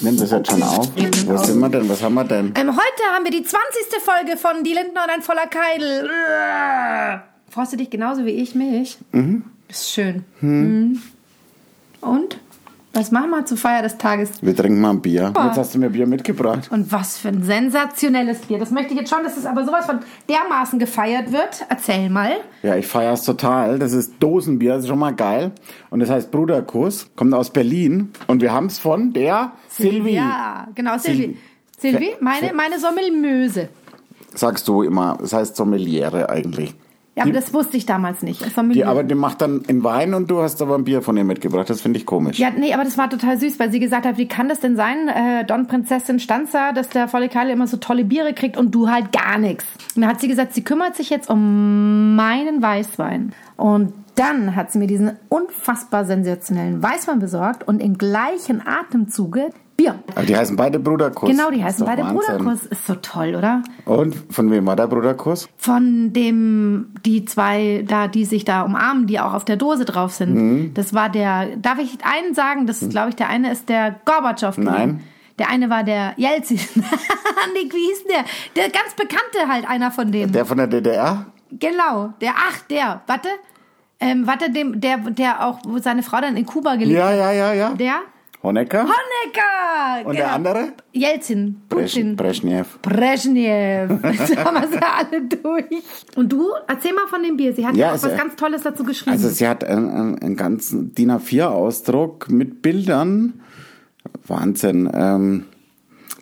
Nimmt das jetzt schon auf? Wo sind wir denn? Was haben wir denn? Ähm, heute haben wir die 20. Folge von Die Lindner und ein voller Keidel. Uah. Freust du dich genauso wie ich mich? Ist schön. Mhm. Und? Was machen wir zur Feier des Tages? Wir trinken mal ein Bier. Jetzt hast du mir Bier mitgebracht. Und was für ein sensationelles Bier. Das möchte ich jetzt schon, dass es aber sowas von dermaßen gefeiert wird. Erzähl mal. Ja, ich feiere es total. Das ist Dosenbier, das ist schon mal geil. Und das heißt Bruderkuss, kommt aus Berlin. Und wir haben es von der Silvi. Ja, genau, Silvi. Silvi, Fe- meine, meine Sommelmöse. Sagst du immer, es heißt Sommeliere eigentlich. Ja, aber das wusste ich damals nicht. Die, Sommelier. aber die macht dann in Wein und du hast aber ein Bier von ihr mitgebracht. Das finde ich komisch. Ja, nee, aber das war total süß, weil sie gesagt hat, wie kann das denn sein, äh, Don Prinzessin Stanza, dass der volle Kerl immer so tolle Biere kriegt und du halt gar nichts. Und dann hat sie gesagt, sie kümmert sich jetzt um meinen Weißwein. Und dann hat sie mir diesen unfassbar sensationellen Weißwein besorgt und im gleichen Atemzuge Bier. Aber die heißen beide Bruderkuss. Genau, die Ist heißen doch beide Wahnsinn. Bruderkuss. Ist so toll, oder? Und von wem war der Bruderkuss? Von dem, die zwei da, die sich da umarmen, die auch auf der Dose drauf sind. Mhm. Das war der, darf ich einen sagen? Das ist, glaube ich, der eine ist der Gorbatschow. gewesen. Nein. Der eine war der Jelzin. Nick, wie hieß denn der? Der ganz bekannte halt, einer von denen. Der von der DDR? genau, der, ach, der, warte. Ähm, warte, dem, der, der auch, wo seine Frau dann in Kuba gelebt Ja, ja, ja, ja. Der? Honecker? Honecker! Genau. Und der andere? Jelzin. Bresch- Putin. Brezhnev. Brezhnev. Jetzt haben wir sie alle durch. Und du, erzähl mal von dem Bier. Sie hat Ja, ja, auch es- was ganz Tolles dazu geschrieben. Also sie hat einen, einen, einen ganzen DIN A4-Ausdruck mit Bildern. Wahnsinn. Ähm,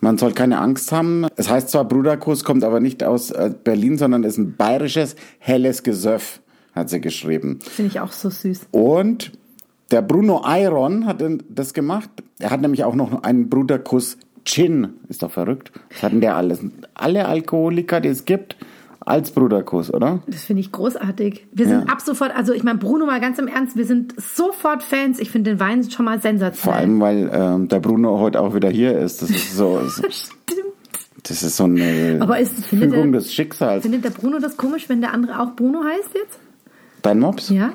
man soll keine Angst haben. Es heißt zwar Bruderkuss, kommt aber nicht aus äh, Berlin, sondern ist ein bayerisches, helles Gesöff, hat sie geschrieben. Finde ich auch so süß. Und der Bruno Iron hat denn das gemacht. Er hat nämlich auch noch einen Bruderkuss Gin. Ist doch verrückt. Was hatten der alles? Alle Alkoholiker, die es gibt, als Bruderkuss, oder? Das finde ich großartig. Wir sind Ja. ab sofort, also ich meine, Bruno mal ganz im Ernst, wir sind sofort Fans. Ich finde den Wein schon mal Vor sensationell. allem, weil ähm, der Bruno heute auch wieder hier ist. Das ist so, so- Stimmt. das ist so eine Aber ist- findet Fügung er- des Schicksals. Findet der Bruno das komisch, wenn der andere auch Bruno heißt jetzt? Dein Mops? Ja.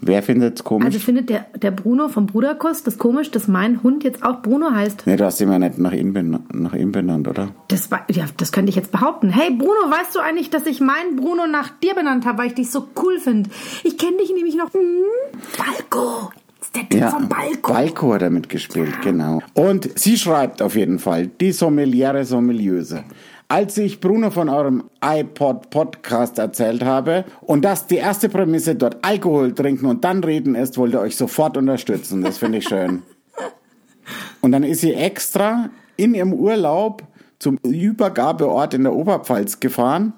Wer findet es komisch? Also findet der, der Bruno vom Bruderkuss das komisch, dass mein Hund jetzt auch Bruno heißt? nee, du hast ihn ja nicht nach ihm, ben nach ihm benannt, oder? Das, war, ja, das könnte ich jetzt behaupten. Hey Bruno, weißt du eigentlich, dass ich meinen Bruno nach dir benannt habe, weil ich dich so cool finde? Ich kenne dich nämlich noch. Hm? Balko. Das ist der Typ vom Balko. Balko hat er mitgespielt, genau. Und sie schreibt auf jeden Fall, die Sommeliere Sommeliöse. Als ich Bruno von eurem iPod-Podcast erzählt habe und dass die erste Prämisse dort Alkohol trinken und dann reden ist, wollte ich euch sofort unterstützen. Das finde ich schön. Und dann ist sie extra in ihrem Urlaub zum Übergabeort in der Oberpfalz gefahren,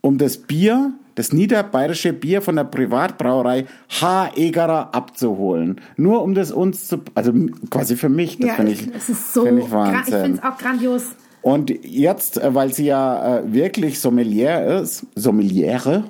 um das Bier, das niederbayerische Bier von der Privatbrauerei H. Egerer abzuholen. Nur um das uns zu, also quasi für mich, das ja, finde ich, es ist so. finde ich gra- ich Wahnsinn. finde es auch grandios. Und jetzt, äh, weil sie ja äh, wirklich Sommelier ist, Sommeliere,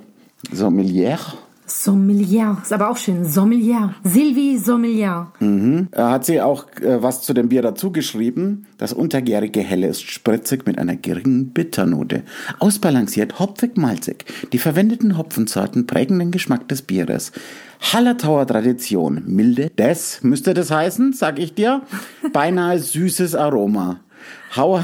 Sommeliere, Sommelier. Ist aber auch schön. Sommelier. Sylvie Sommelier. äh, hat sie auch äh, was zu dem Bier dazu geschrieben. Das untergärige Helle ist spritzig mit einer geringen Bitternote. Ausbalanciert hopfig-malzig. Die verwendeten Hopfensorten prägen den Geschmack des Bieres. Hallertauer Tradition. Milde, des müsste das heißen, sag ich dir. Beinahe süßes Aroma. Hauer,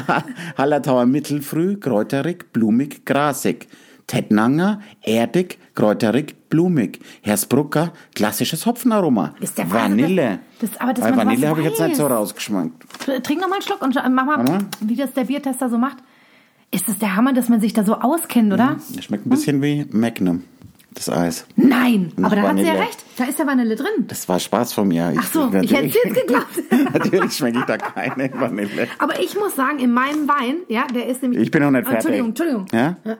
Hallertauer Mittelfrüh, kräuterig, blumig, grasig. Tettnanger, erdig, kräuterig, blumig. Hersbrucker, klassisches Hopfenaroma. Ist der Wahnsinn, Vanille. dass- dass- aber dass Weil man Vanille was habe ich jetzt weiß. nicht so rausgeschmankt. Tr- Trink noch mal einen Schluck und scha- mach mal, wie das der Biertester so macht. Ist das der Hammer, dass man sich da so auskennt, oder? Das schmeckt ein bisschen wie Magnum, das Eis. Nein. Noch aber da hat sie ja Vanille. recht. Da ist ja Vanille drin. Das war Spaß von mir. Ach so, ich hätte es jetzt geglaubt. natürlich schmecke ich da keine Vanille. Aber ich muss sagen, in meinem Wein, ja, der ist nämlich. Ich bin noch nicht fertig. Entschuldigung, Entschuldigung. Ja?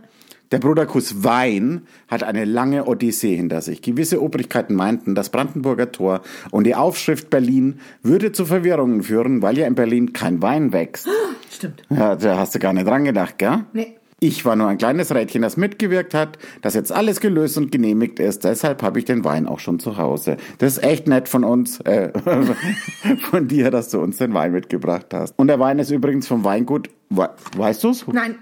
Der Bruderkuss Wein hat eine lange Odyssee hinter sich. Gewisse Obrigkeiten meinten, das Brandenburger Tor und die Aufschrift Berlin würde zu Verwirrungen führen, weil ja in Berlin kein Wein wächst. Stimmt. Ja, da hast du gar nicht dran gedacht, gell? Nee. Ich war nur ein kleines Rädchen, das mitgewirkt hat, dass jetzt alles gelöst und genehmigt ist. Deshalb habe ich den Wein auch schon zu Hause. Das ist echt nett von uns, äh, von dir, dass du uns den Wein mitgebracht hast. Und der Wein ist übrigens vom Weingut, we weißt du's? Nein.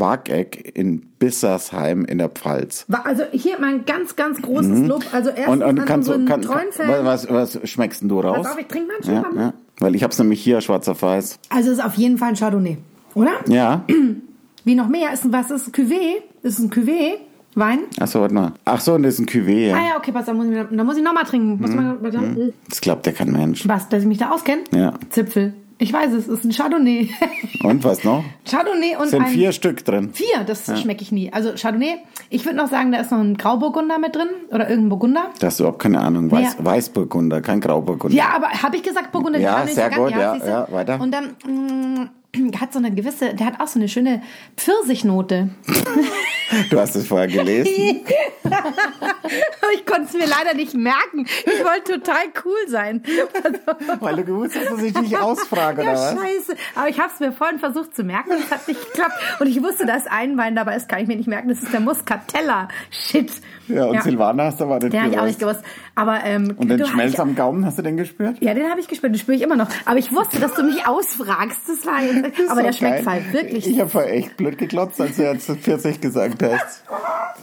Wageck in Bissersheim in der Pfalz. Wa- Also hier mein ganz, ganz großes Lob. Also erstens Mhm. Und, und an kannst du, unseren kann, treuen Fan. was, was, was schmeckst denn du raus? Pass auf, ich trinke mal einen Schluck. Ja, ja. Weil ich habe es nämlich hier schwarz auf weiß. Also ist auf jeden Fall ein Chardonnay, oder? Ja. Wie noch mehr? Ist ein, was ist Cuvée? Ist ein Cuvée? Wein? Achso, warte mal. Achso, und das ist ein Cuvée. Ah Ja. ja, okay, pass, da muss ich, da muss ich nochmal trinken. Muss Mhm. man, Das glaubt ja kein Mensch. Was, dass ich mich da auskenne? Ja. Zipfel. Ich weiß es, ist ein Chardonnay. Und was noch? Chardonnay und Sind ein... vier Stück drin. Vier, das schmecke ich nie. Also Chardonnay, ich würde noch sagen, da ist noch ein Grauburgunder mit drin oder irgendein Burgunder. Da hast du überhaupt keine Ahnung. Weiß, Ja. Weißburgunder, kein Grauburgunder. Ja, aber habe ich gesagt Burgunder? Ja, Die haben nicht sehr vergangen. gut, ja, siehste. ja, weiter. Und dann mh, hat so eine gewisse, der hat auch so eine schöne Pfirsichnote. Du hast es vorher gelesen. ich konnte es mir leider nicht merken. Ich wollte total cool sein. Also, Weil du gewusst hast, dass ich dich ausfrage, ja, oder was? scheiße. Aber ich habe es mir vorhin versucht zu merken, es hat nicht geklappt. Und ich wusste, dass ein Wein dabei ist, kann ich mir nicht merken. Das ist der Muscatella. Shit. Ja, und Silvana hast du aber nicht Den habe ich auch nicht gewusst. gewusst. Aber, ähm, Und den du- Schmelz ich- am Gaumen, hast du den gespürt? Ja, den habe ich gespürt, den spüre ich immer noch. Aber ich wusste, dass du mich ausfragst. Das war jetzt, Das ist aber der so schmeckt geil. halt wirklich. Ich habe vorher echt blöd geklotzt, als du jetzt 40 gesagt hast.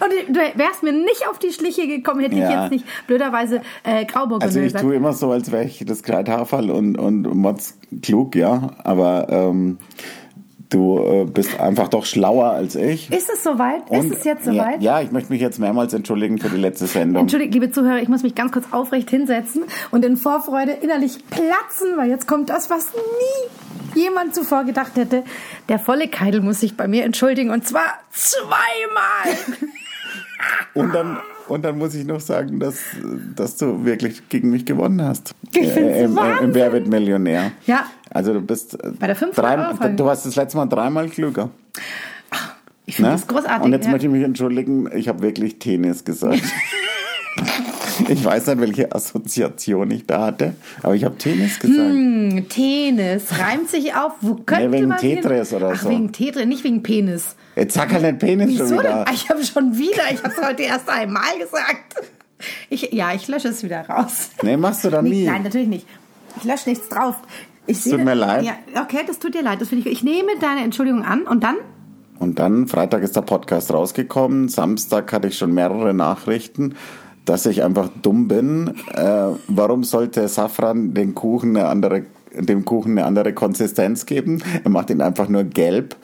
Und du wärst mir nicht auf die Schliche gekommen, hätte ich Ja. jetzt nicht blöderweise äh, Grauburgunder Also ich gesagt. tue immer so, als wäre ich das Kleid Haferl und, und Mods klug, ja. Aber ähm, du äh, bist einfach doch schlauer als ich. Ist es soweit? Und- ist es jetzt soweit? Ja, ja, ich möchte mich jetzt mehrmals entschuldigen für die letzte Sendung. Entschuldigt, liebe Zuhörer, ich muss mich ganz kurz aufrecht hinsetzen und in Vorfreude innerlich platzen, weil jetzt kommt das, was nie jemand zuvor gedacht hätte. Der volle Keidel muss sich bei mir entschuldigen und zwar zweimal. Und dann, und dann muss ich noch sagen, dass, dass du wirklich gegen mich gewonnen hast. Ich find's Äh, Im, im, Wahnsinn. im Wer wird Millionär. Ja. Also du bist äh, Bei der 500 Euro drei, Frage. du warst das letzte Mal dreimal klüger. Ich finde ne? das großartig. Und jetzt ja. möchte ich mich entschuldigen, ich habe wirklich Tennis gesagt. ich weiß nicht, welche Assoziation ich da hatte, aber ich habe Tennis gesagt. Hm, Tennis reimt sich auf. Wo könnte Nee, wegen man hin- Tetris oder Ach, so. Wegen Tetris, nicht wegen Penis. Jetzt sag halt nicht Penis schon Wieso denn? wieder. Ah, Ich habe schon wieder, ich habe es heute erst einmal gesagt. Ich, ja, ich lösche es wieder raus. Nee, machst du da nie. Nicht, nein, natürlich nicht. Ich lösche nichts drauf. Ich sehe- tut mir leid. Ja, okay, das tut dir leid. Das finde ich, ich nehme deine Entschuldigung an und dann? Und dann, Freitag ist der Podcast rausgekommen. Samstag hatte ich schon mehrere Nachrichten, dass ich einfach dumm bin. Äh, warum sollte Safran den Kuchen eine andere, dem Kuchen eine andere Konsistenz geben? Er macht ihn einfach nur gelb.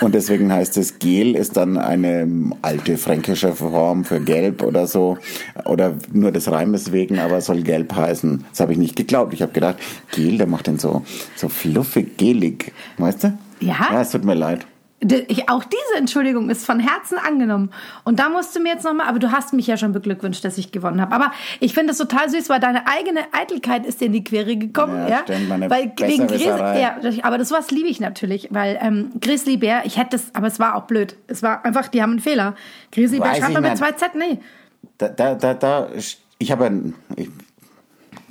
Und deswegen heißt es Gel, ist dann eine alte fränkische Form für gelb oder so. Oder nur des Reimes wegen, aber soll gelb heißen. Das habe ich nicht geglaubt. Ich habe gedacht, Gel, der macht den so, so fluffig, gelig. Weißt du? Ja. Ja, es tut mir leid. D- Ich, auch diese Entschuldigung ist von Herzen angenommen. Und da musst du mir jetzt nochmal, aber du hast mich ja schon beglückwünscht, dass ich gewonnen habe. Aber ich finde es total süß, weil deine eigene Eitelkeit ist dir in die Quere gekommen. Ja, Ja, stimmt, meine weil wegen Gris, Besserwisserei. ja, aber das sowas liebe ich natürlich, weil ähm, Grizzly Bear, ich hätte es, aber es war auch blöd. Es war einfach, die haben einen Fehler. Grizzly Bear Weiß schreibt ich man mit nicht. zwei Z, nee. Da, da, da, da ich habe ein- ich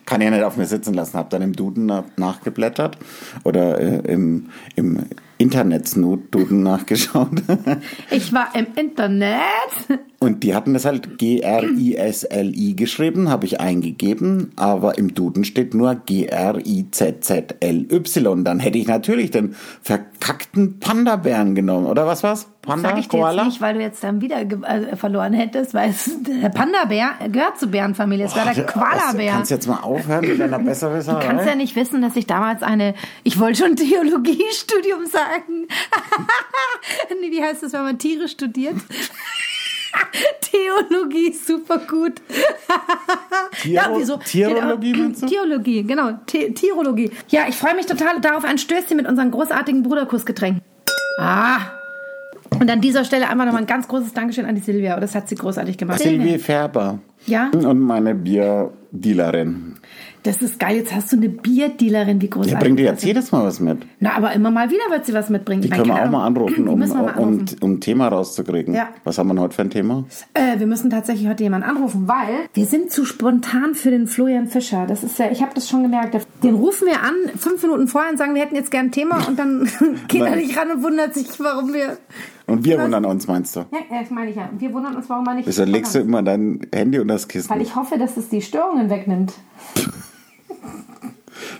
kann ja nicht auf mir sitzen lassen, habe dann im Duden na- nachgeblättert oder äh, im, im Internet-Duden nachgeschaut. Ich war im Internet. Und die hatten das halt G-R-I-S-L-I geschrieben, habe ich eingegeben, aber im Duden steht nur G-R-I-Z-Z-L-Y. Dann hätte ich natürlich den verkackten Panda-Bären genommen, oder was war's? Panda, Sag ich dir Koala? jetzt nicht, weil du jetzt dann wieder ge- äh, verloren hättest, weil es, der Panda-Bär gehört zur Bärenfamilie. Es war der Du Koala-Bär. Oh, also, kannst jetzt mal aufhören mit deiner Besserwisserei. Du kannst ja nicht wissen, dass ich damals eine, ich wollte schon Theologiestudium sagen. nee, wie heißt das, wenn man Tiere studiert? Theologie ist super gut. Tiero- Tierologie meinst du? Theologie, genau. T Tierologie. Ja, ich freue mich total darauf, ein Stößchen mit unseren großartigen Bruderkursgetränken. Ah! Und an dieser Stelle einfach nochmal ein ganz großes Dankeschön an die Silvia. Oh, Das hat sie großartig gemacht. Silvia Färber. Ja? Und meine Bierdealerin. Das ist geil. Jetzt hast du eine Bierdealerin, wie großartig. Der bringt dir das jetzt jedes Mal was mit. Na, aber immer mal wieder wird sie was mitbringen. Die können wir auch mal anrufen, um, müssen wir, mal anrufen. um, um Thema rauszukriegen. Ja. Was haben wir denn heute für ein Thema? Äh, wir müssen tatsächlich heute jemanden anrufen, weil wir sind zu spontan für den Florian Fischer. Das ist ja, ich habe das schon gemerkt. Den rufen wir an, fünf Minuten vorher und sagen, wir hätten jetzt gern ein Thema und dann geht er Nein. nicht ran und wundert sich, warum wir. Und wir wundern uns, meinst du? Ja, äh, das meine ich ja. Wir wundern uns, warum er nicht. Wieso legst du immer dein Handy unter das Genau. Weil Kissen? ich hoffe, dass es die Störungen wegnimmt.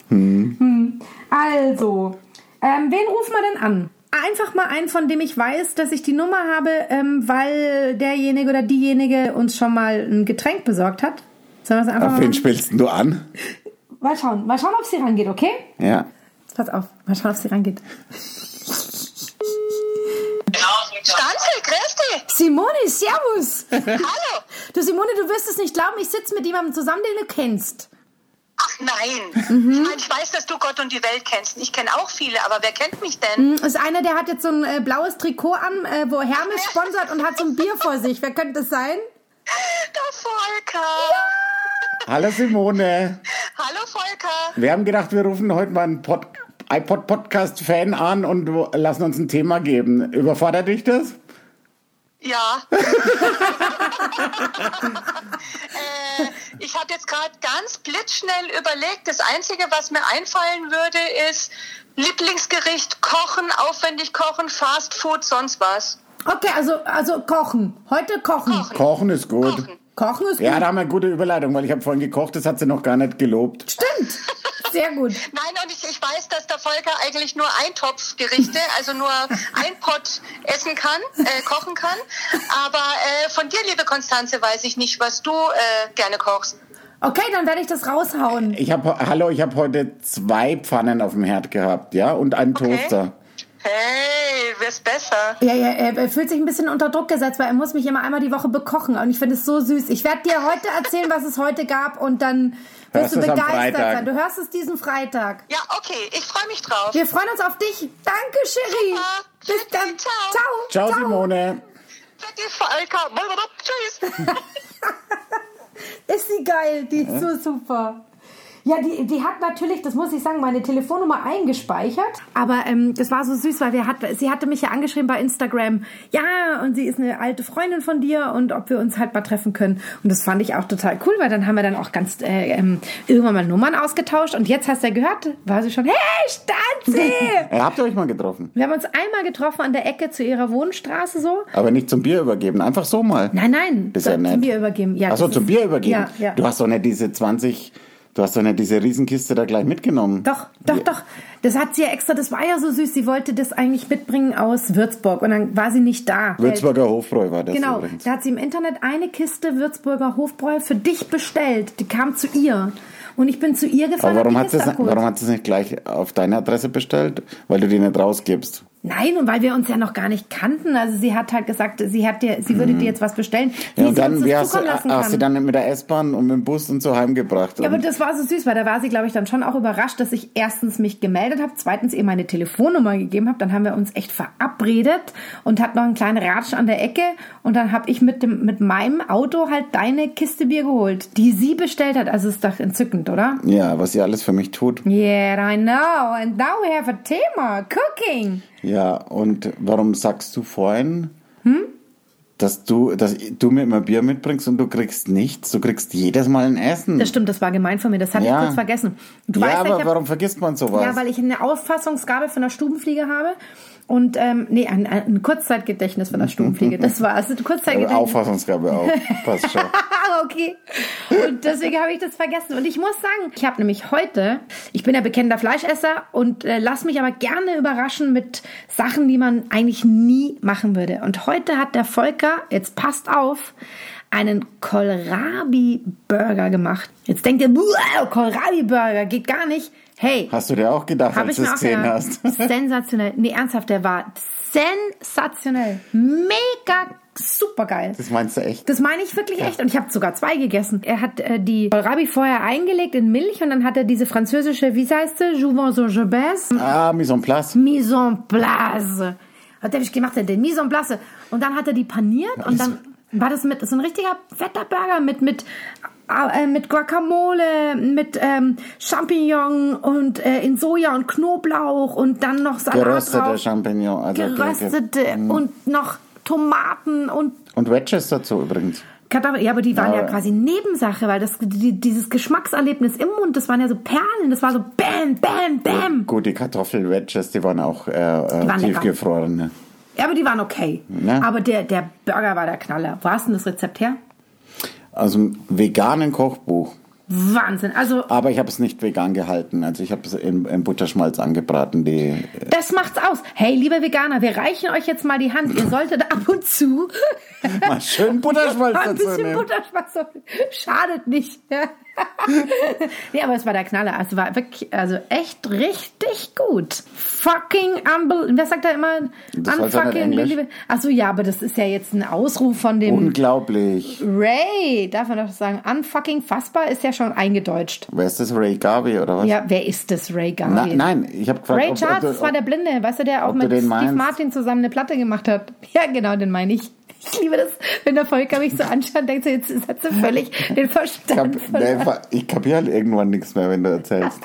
Hm. Also, ähm, wen rufen wir denn an? Einfach mal einen, von dem ich weiß, dass ich die Nummer habe, ähm, weil derjenige oder diejenige uns schon mal ein Getränk besorgt hat. Sollen wir es einfach Auf mal wen spielst denn du an? machen? Mal schauen, mal schauen, ob sie rangeht, okay? Ja. Pass auf, mal schauen, ob sie rangeht. Genau, Stanzel, Christi! Simone, servus! Hallo! Du Simone, du wirst es nicht glauben, ich sitze mit jemandem zusammen, den du kennst. Ach nein! Ich, mein, ich weiß, dass du Gott und die Welt kennst. Ich kenne auch viele, aber wer kennt mich denn? Das ist einer, der hat jetzt so ein äh, blaues Trikot an, äh, wo Hermes sponsert und hat so ein Bier vor sich. Wer könnte das sein? Der Volker! Hallo Simone. Hallo Volker! Wir haben gedacht, wir rufen heute mal einen Pod iPod-Podcast-Fan an und lassen uns ein Thema geben. Überfordert dich das? Ja. äh, ich habe jetzt gerade ganz blitzschnell überlegt. Das Einzige, was mir einfallen würde, ist Lieblingsgericht, Kochen, aufwendig kochen, Fast Food, sonst was. Okay, also, also kochen. Heute kochen. Kochen, Kochen ist gut. Kochen. ist gut. Ja, da haben wir eine gute Überleitung, weil ich habe vorhin gekocht, das hat sie noch gar nicht gelobt. Stimmt. Sehr gut. Nein, und ich, ich weiß, dass der Volker eigentlich nur Eintopfgerichte, also nur ein Pott essen kann, äh, kochen kann. Aber äh, von dir, liebe Konstanze, weiß ich nicht, was du äh, gerne kochst. Okay, dann werde ich das raushauen. Ich habe, hallo, ich habe heute zwei Pfannen auf dem Herd gehabt, ja, und einen Okay. Toaster. Hey, wir's besser. Ja, ja, er er fühlt sich ein bisschen unter Druck gesetzt, weil er muss mich immer einmal die Woche bekochen. Und ich finde es so süß. Ich werde dir heute erzählen, was es heute gab und dann Hörst wirst du es am begeistert Freitag. sein. Du hörst es diesen Freitag. Ja, okay, ich freue mich drauf. Wir freuen uns auf dich. Danke, Sherry. Super. Bis dann. Ciao. Ciao, Ciao. Simone. Bitte, Volker. Tschüss. Ist sie geil, die ist so super. Ja, die, die hat natürlich, das muss ich sagen, meine Telefonnummer eingespeichert. Aber ähm, das war so süß, weil wir hat, sie hatte mich ja angeschrieben bei Instagram. Ja, und sie ist eine alte Freundin von dir und ob wir uns halt mal treffen können. Und das fand ich auch total cool, weil dann haben wir dann auch ganz äh, ähm, irgendwann mal Nummern ausgetauscht. Und jetzt hast du ja gehört, war sie schon, hey, Stanzi! Äh, Habt ihr euch mal getroffen? wir haben uns einmal getroffen an der Ecke zu ihrer Wohnstraße so. Aber nicht zum Bier übergeben, einfach so mal. Nein, nein, Das ist ja zum nett. Bier übergeben. Ja, Ach so, das zum ist- Bier übergeben. Ja, ja. Du hast doch nicht diese 20, du hast doch nicht diese Riesenkiste da gleich mitgenommen. Doch, doch, doch. Das hat sie ja extra, das war ja so süß. Sie wollte das eigentlich mitbringen aus Würzburg und dann war sie nicht da. Würzburger Hofbräu war das Genau, übrigens. da hat sie im Internet eine Kiste Würzburger Hofbräu für dich bestellt. Die kam zu ihr. Und ich bin zu ihr gefahren. Aber warum hab hat sie die es Kiste abgeholt. warum hat sie es nicht gleich auf deine Adresse bestellt? Weil du die nicht rausgibst. Nein, und weil wir uns ja noch gar nicht kannten. Also sie hat halt gesagt, sie hat dir, sie würde dir jetzt was bestellen, Hm. Ja, wie sie und dann uns wie das hast, du- zukommen lassen hast du kann. dann mit der S-Bahn und mit dem Bus und so heimgebracht. Ja, aber und das war so süß, weil da war sie, glaube ich, dann schon auch überrascht, dass ich erstens mich gemeldet habe, zweitens ihr meine Telefonnummer gegeben habe. Dann haben wir uns echt verabredet und hat noch einen kleinen Ratsch an der Ecke. Und dann habe ich mit, dem, mit meinem Auto halt deine Kiste Bier geholt, die sie bestellt hat. Also ist doch entzückend, oder? ja, was sie alles für mich tut. Yeah, I know. And now we have a Thema. Cooking. Ja, und warum sagst du vorhin, Hm? dass du dass du mir immer Bier mitbringst und du kriegst nichts? Du kriegst jedes Mal ein Essen. Das stimmt, das war gemein von mir. Das hatte Ja. ich kurz vergessen. Du ja, weißt ja, ich aber hab- warum vergisst man sowas? Ja, weil ich eine Auffassungsgabe von der Stubenfliege habe. Und, ähm, nee, ein, ein Kurzzeitgedächtnis von der Stubenfliege. Das war also Aber Kurzzeitgedächtnis. Auffassungsgabe auch. Passt schon. Ah, okay. Und deswegen habe ich das vergessen. Und ich muss sagen, ich habe nämlich heute, ich bin ja bekennender Fleischesser und äh, lass mich aber gerne überraschen mit Sachen, die man eigentlich nie machen würde. Und heute hat der Volker, jetzt passt auf, einen Kohlrabi-Burger gemacht. Jetzt denkt ihr, "Wow, Kohlrabi-Burger geht gar nicht. Hey, Hast du dir auch gedacht, habe als du ich mir es auch gesehen gedacht. hast? Sensationell. Nee, ernsthaft, der war sensationell. Mega super geil. Das meinst du echt? Das meine ich wirklich echt. Und ich habe sogar zwei gegessen. Er hat äh, die Kohlrabi vorher eingelegt in Milch und dann hat er diese französische, wie heißt sie? Jouvent au Jebes. Ah, Mise en place. Mise en place. Hat er mich gemacht, den Mise en place. Und dann hat er die paniert und das- dann war das mit so ein richtiger fetter Burger mit mit äh, mit Guacamole, mit ähm, Champignon und äh, in Soja und Knoblauch und dann noch Salat Geröstete drauf. Champignon. Also geröstete und noch Tomaten und Und Wedges dazu übrigens. Kartoffeln, ja, aber die waren Ja, ja, aber- quasi Nebensache, weil das, die, dieses Geschmackserlebnis im Mund, das waren ja so Perlen, das war so bam, bam, bam. Gut, die Kartoffel-Wedges, die waren auch äh, äh, waren lecker. tiefgefrorene. Ja, aber die waren okay. Ja. Aber der, der Burger war der Knaller. Wo hast du denn das Rezept her? Aus dem veganen Kochbuch. Wahnsinn. Also, Aber ich habe es nicht vegan gehalten. Also ich habe es in, in Butterschmalz angebraten. Die, das macht's aus. Hey, liebe Veganer, wir reichen euch jetzt mal die Hand. Ihr solltet ab und zu mal schön Butterschmalz ein dazu bisschen nehmen. Butterschmalz. auf- Schadet nicht. Ja. nee, aber es war der Knaller. Es war wirklich, also echt richtig gut. Fucking unbelievable. Was sagt er immer? Das heißt ja nicht Englisch. unfucking Achso, ja, aber das ist ja jetzt ein Ausruf von dem Unglaublich. Ray. Darf man doch sagen, unfucking fassbar ist ja schon eingedeutscht. Wer ist das? Ray Garvey oder was? Ja, wer ist das, Ray Garvey? Na, nein, ich habe gefragt, Ray ob- ob Charles, du- das war der Blinde, weißt du, der auch ob du mit den Steve meinst? Martin zusammen eine Platte gemacht hat. Ja, genau, den meine ich. Ich liebe das, wenn der Volker mich so anschaut, denkt so, jetzt hat sie völlig den Ich, Verstand hab, verloren. nee, ich kapiere halt irgendwann nichts mehr, wenn du erzählst.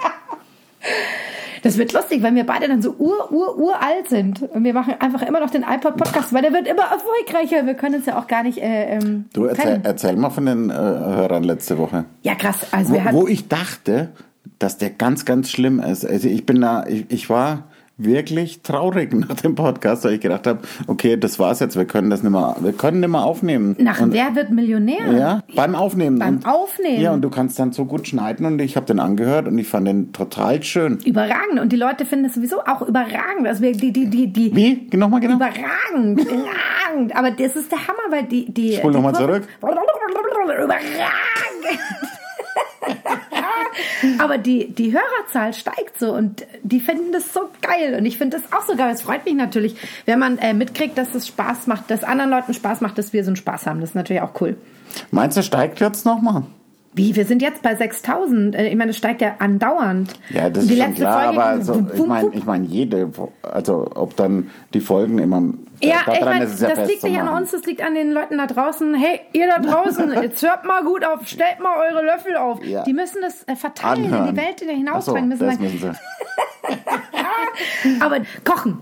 Das wird lustig, weil wir beide dann so ur, ur, uralt sind. Und wir machen einfach immer noch den iPod-Podcast, weil der wird immer erfolgreicher. Wir können uns ja auch gar nicht äh, ähm, Du erzähl, trennen. erzähl mal von den äh, Hörern letzte Woche. Ja, krass. Also wir Wo, hatten, wo ich dachte, dass der ganz, ganz schlimm ist. Also ich bin da, ich, ich war wirklich traurig nach dem Podcast, weil ich gedacht habe, okay, das war's jetzt, wir können das nicht mehr, wir können nicht mehr aufnehmen. nach und, Wer wird Millionär? ja, beim Aufnehmen. Beim und, Aufnehmen. Ja, und du kannst dann so gut schneiden und ich habe den angehört und ich fand den total schön. Überragend. Und die Leute finden es sowieso auch überragend. Also wir, die, die, die, die, Wie? Nochmal genau? Überragend, überragend. Aber das ist der Hammer, weil die. die Spul noch die mal zurück. Überragend. Aber die, die Hörerzahl steigt so und die finden das so geil. Und ich finde das auch so geil. Es freut mich natürlich, wenn man äh, mitkriegt, dass es Spaß macht, dass anderen Leuten Spaß macht, dass wir so einen Spaß haben. Das ist natürlich auch cool. Meinst du, steigt jetzt nochmal? Wie, wir sind jetzt bei 6000. Äh, Ich meine, das steigt ja andauernd. Ja, das Und die ist schon letzte klar, Folge- aber also, Wupp, ich wupp, meine, wupp. ich mein, jede, also ob dann die Folgen immer. Ja, Äh, daran ich meine, ist es das fest oh liegt zu nicht an machen. uns, das liegt an den Leuten da draußen. Hey, ihr da draußen, jetzt hört mal gut auf, stellt mal eure Löffel auf. Ja. Die müssen das äh, verteilen, in Anhören. die Welt Ach so, hinaustragen. müssen das sagen, "Ah!" müssen sie. aber kochen.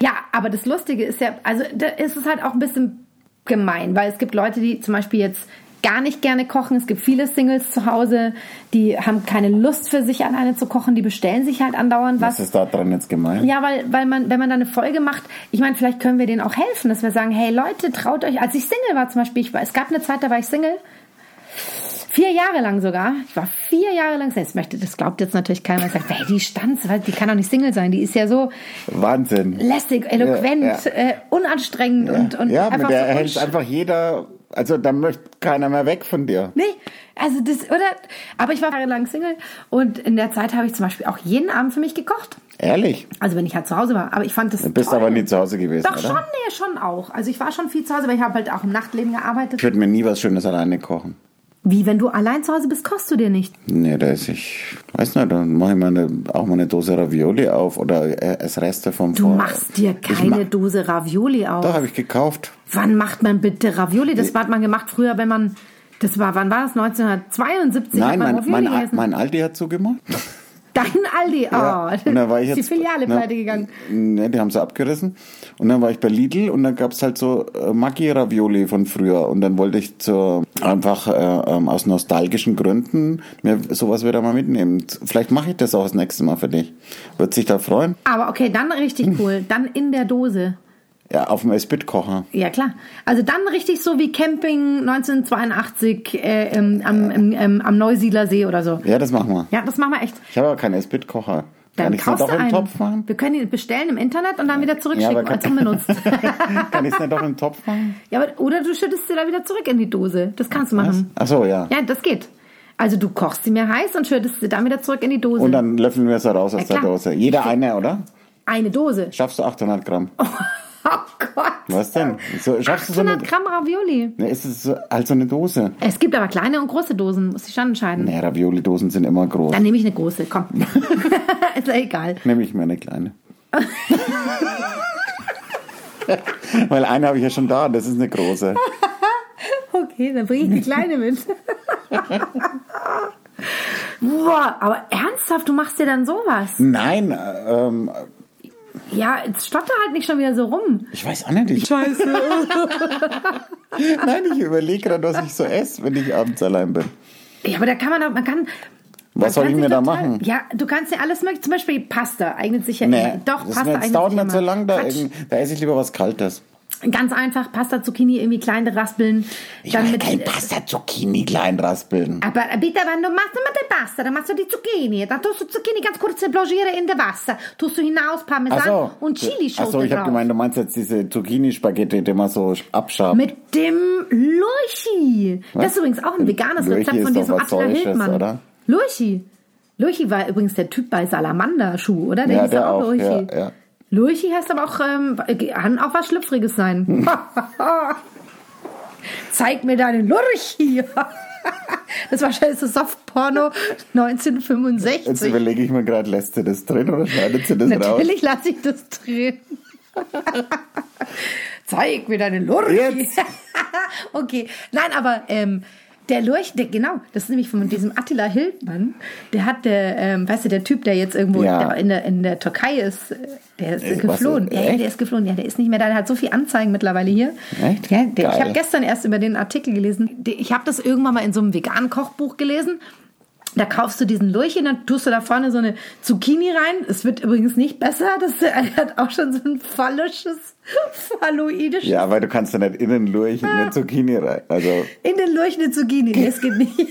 Ja, aber das Lustige ist ja, also da ist es halt auch ein bisschen gemein, weil es gibt Leute, die zum Beispiel jetzt gar nicht gerne kochen. Es gibt viele Singles zu Hause, die haben keine Lust für sich alleine zu kochen, die bestellen sich halt andauernd was. Was ist da dran jetzt gemeint? Ja, weil, weil man, wenn man da eine Folge macht, ich meine, vielleicht können wir denen auch helfen, dass wir sagen, hey Leute, traut euch. Als ich Single war zum Beispiel, ich war, es gab eine Zeit, da war ich Single. Vier Jahre lang sogar. Ich war vier Jahre lang Single. Das, möchte, das glaubt jetzt natürlich keiner. Man sagt, hey, die Stanz, weil die kann doch nicht Single sein. Die ist ja so Wahnsinn. lässig, eloquent, Ja, ja. Äh, unanstrengend und, und ja, mit der so hält unsch- einfach jeder. Also da möchte keiner mehr weg von dir. Nee, also das, oder? Aber ich war jahrelang Single und in der Zeit habe ich zum Beispiel auch jeden Abend für mich gekocht. Ehrlich. Also wenn ich halt zu Hause war. Aber ich fand das Du bist toll. aber nie zu Hause gewesen, Doch oder? schon, nee, schon auch. Also ich war schon viel zu Hause, weil ich habe halt auch im Nachtleben Ich gearbeitet. würde mir nie was Schönes alleine kochen. Wie, wenn du allein zu Hause bist, kochst du dir nicht. Nee, da ist ich. Weiß nicht, dann mache ich mal eine, auch mal eine Dose Ravioli auf oder äh, es Reste vom Du Vor- machst dir Ich keine mach- Dose Ravioli auf. Doch, habe ich gekauft. Wann macht man bitte Ravioli? Das hat man gemacht früher, wenn man... Das war, wann war das? 1972 hat Nein, man mein, Ravioli mein, gegessen. mein Aldi hat zugemacht. Dein Aldi, oh, Ja, und da war ich ist jetzt, die Filiale ne, pleite gegangen. Ne, die haben sie abgerissen. Und dann war ich bei Lidl und dann gab's halt so äh, Maggi-Ravioli von früher. Und dann wollte ich zur, einfach äh, ähm, aus nostalgischen Gründen mir sowas wieder mal mitnehmen. Vielleicht mache ich das auch das nächste Mal für dich. Wird sich da freuen. Aber okay, dann richtig cool. Dann in der Dose. Ja, auf dem Esbit-Kocher. Ja, klar. Also dann richtig so wie Camping 1982 äh, im, am, im, ähm, am Neusiedler See oder so. Ja, das machen wir. Ja, das machen wir echt. Ich habe aber keinen Esbit-Kocher. Kann ich's Dann nicht kaufst auch du im einen. Topf machen? Wir können ihn bestellen im Internet und dann wieder Ja, zurückschicken aber als kann- unbenutzt. Kann ich's nicht auch im Topf machen? ja, aber, oder du schüttest sie da wieder zurück in die Dose. Das kannst du machen. Ach so, ja. Ja, das geht. Also du kochst sie mir heiß und schüttest sie dann wieder zurück in die Dose. Und dann löffeln wir es raus aus Ja, der klar. Dose. Jeder eine, oder? Eine Dose. Schaffst du 800 Gramm? Oh, Gott. Was denn? So, schaffst du so eine- 800 Gramm Ravioli. Ne, es ist so- halt so eine Dose. Es gibt aber kleine und große Dosen, muss ich schon entscheiden. Ne, Ravioli-Dosen sind immer groß. Dann nehme ich eine große, komm. Ist ja egal. Nehme ich mir eine kleine. Weil eine habe ich ja schon da, das ist eine große. Okay, dann bringe ich die Kleine mit. Boah, aber ernsthaft, du machst dir dann sowas? Nein, äh, ähm, Ja, jetzt stotter halt nicht schon wieder so rum. ich weiß auch nicht. Ich, Scheiße. nein, ich überlege gerade, was ich so esse, wenn ich abends allein bin. Ja, aber da kann man doch, man kann... man soll kann ich sich mir da total- machen? Ja, du kannst ja alles mögliche, zum Beispiel Pasta eignet sich ja Nee, immer. Doch, das Pasta ist mir- eignet das dauert sich mir immer. zu lang, da, Quatsch. irgend- da esse ich lieber was Kaltes. Ganz einfach, Pasta Zucchini irgendwie kleine raspeln. Ich dann will mit, kein Pasta Zucchini klein raspeln. aber bitte, wenn du machst mit der Pasta, dann machst du die Zucchini. Dann tust du Zucchini ganz kurz blanchieren in der Wasser. Tust du hinaus Parmesan Ach so. und Chilischote Ach so, ich habe drauf. gemeint, du meinst jetzt diese Zucchini-Spaghetti, die man so abschabt. Mit dem Lurchi. Das ist übrigens auch ein veganes Lurchi Rezept ist von doch diesem was Attila Deutsches, Hildmann. oder? Lurchi. Lurchi war übrigens der Typ bei Salamanderschuh, oder? Der Ja, hieß der doch auch, Lurchi. ja, ja. Lurchi heißt aber auch, ähm, kann auch was Schlüpfriges Hm. sein. Zeig mir deinen Lurchi. das war wahrscheinlich so Softporno 1965. Jetzt überlege ich mir gerade, lässt sie das drin oder schneidet sie das raus? Natürlich lasse ich das drin. Zeig mir deine Lurch. Jetzt. okay, nein, aber ähm, der Lurch, der, genau, das ist nämlich von diesem Attila Hildmann. Der hat, der, ähm, weißt du, der Typ, der jetzt irgendwo Ja. in, der, in der Türkei ist, äh, der ist Ey, was, geflohen. äh, ja, ja, echt? der ist geflohen, ja, der ist nicht mehr da. Der hat so viel Anzeigen mittlerweile hier. Echt? Ja, der, ich Geil. habe gestern erst über den Artikel gelesen. Der- Ich habe das irgendwann mal in so einem veganen Kochbuch gelesen. Da kaufst du diesen Lurch und dann tust du da vorne so eine Zucchini rein. Es wird übrigens nicht besser. Das hat auch schon so ein phallisches, phalloidisches. Ja, weil du kannst ja nicht innen durch in eine Ah. Zucchini rein. Also, In den Lurch eine Zucchini. Nee, es geht nicht.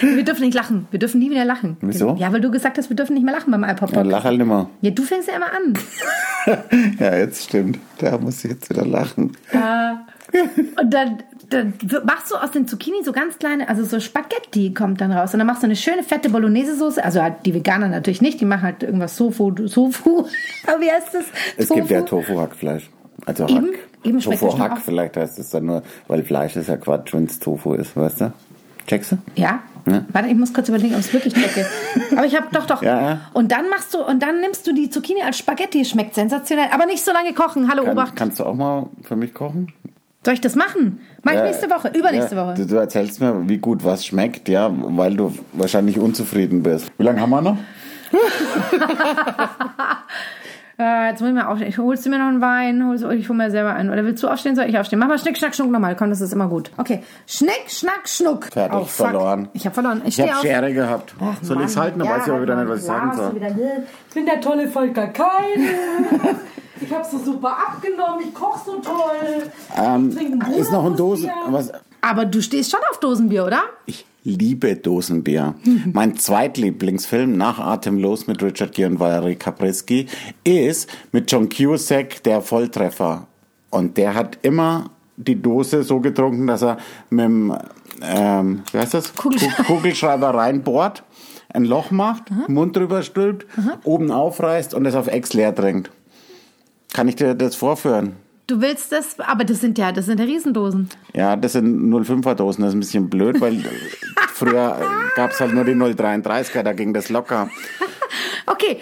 wir dürfen nicht lachen. Wir dürfen nie wieder lachen. Wieso? Ja, weil du gesagt hast, wir dürfen nicht mehr lachen beim iPod. dann lach halt nimmer. Ja, du fängst ja immer an. Ja, jetzt stimmt. Da muss ich jetzt wieder lachen. Und dann, dann machst du aus den Zucchini so ganz kleine, also so Spaghetti kommt dann raus. Und dann machst du eine schöne fette Bolognese-Soße. Also halt die Veganer natürlich nicht, die machen halt irgendwas Sofu, Sofu. Aber wie heißt das? Es gibt ja Tofu-Hackfleisch. Also Hack. Eben, eben schmeckt das schon Tofu-Hack auch. vielleicht heißt es dann nur, weil Fleisch ist ja Quatsch, wenn es Tofu ist, weißt du? Checkst du? Ja. Ja. Warte, ich muss kurz überlegen, ob es wirklich checke. Aber ich habe doch, doch. Ja, ja. Und dann machst du, und dann nimmst du die Zucchini als Spaghetti. Schmeckt sensationell. Aber nicht so lange kochen. Hallo, Kann, Obacht. kannst du auch mal für mich kochen? Soll ich das machen? Mach ich Ja, nächste Woche, übernächste ja, Du, Woche. du erzählst mir, wie gut was schmeckt, ja, weil du wahrscheinlich unzufrieden bist. Wie lange haben wir noch? Äh, jetzt muss ich mal aufstehen. Ich- Holst du mir noch einen Wein? Holst du, ich hol mir selber einen. Oder willst du aufstehen? Soll ich aufstehen? Mach mal Schnick, Schnack, Schnuck nochmal. Komm, das ist immer gut. Okay. Schnick, Schnack, Schnuck. Fertig, Oh, fuck. verloren. Ich habe verloren. Ich Ich stehe habe auf. Schere gehabt. Ach, Soll ich es Mann. halten? Dann weiß ich aber wieder nicht, was ich ja, sagen hast soll. du wieder- Ich bin der tolle Volker Keil. ich hab so super abgenommen. Ich koch so toll. Ich trinke Ähm, ist noch ein Dosen. Dosenbier. Was, Aber du stehst schon auf Dosenbier, oder? ich liebe Dosenbier. mein Zweitlieblingsfilm nach Atemlos mit Richard Gere und Valerie Kapreski ist mit John Cusack der Volltreffer. Und der hat immer die Dose so getrunken, dass er mit dem ähm, wie heißt das? Kugelschreiber. Ku- Kugelschreiber reinbohrt, ein Loch macht, Mund drüber stülpt, oben aufreißt und es auf Ex leer trinkt. Kann ich dir das vorführen? Du willst das, aber das sind ja, das sind ja Riesendosen. Ja, das sind 05er Dosen, das ist ein bisschen blöd, weil früher gab es halt nur die 033er, da ging das locker. Okay,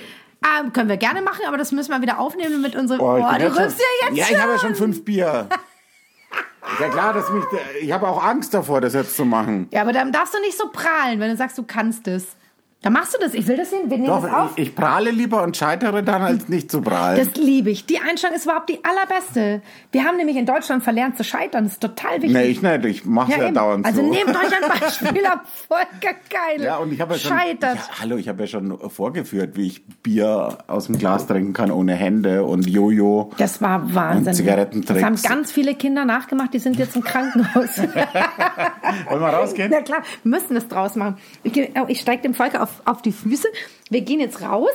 ähm, können wir gerne machen, aber das müssen wir wieder aufnehmen mit unserem. Oh, ich bin du rührst ja jetzt Ja, schon. ich habe ja schon fünf Bier. Ist ja klar, dass mich, ich habe auch Angst davor, das jetzt zu machen. Ja, aber dann darfst du nicht so prahlen, wenn du sagst, du kannst es. Dann machst du das. Ich will das sehen. Wir nehmen das auf. Doch, ich, ich prahle lieber und scheitere dann, als nicht zu prahlen. Das liebe ich. Die Einstellung ist überhaupt die allerbeste. Wir haben nämlich in Deutschland verlernt zu scheitern. Das ist total wichtig. Nee, ich nicht, ich mache ja, eben. dauernd Also so. nehmt euch ein Beispiel ab Volker Geil. Ja, und ich habe ja schon. Scheitert. Ja, hallo, ich habe ja schon vorgeführt, wie ich Bier aus dem Glas trinken kann ohne Hände und Jojo. Das war Wahnsinn. Und Zigarettentricks. Das haben ganz viele Kinder nachgemacht, die sind jetzt im Krankenhaus. Wollen wir rausgehen? Na klar, wir müssen das draus machen. Ich, geh- oh, ich steige dem Volker auf, auf die Füße. Wir gehen jetzt raus.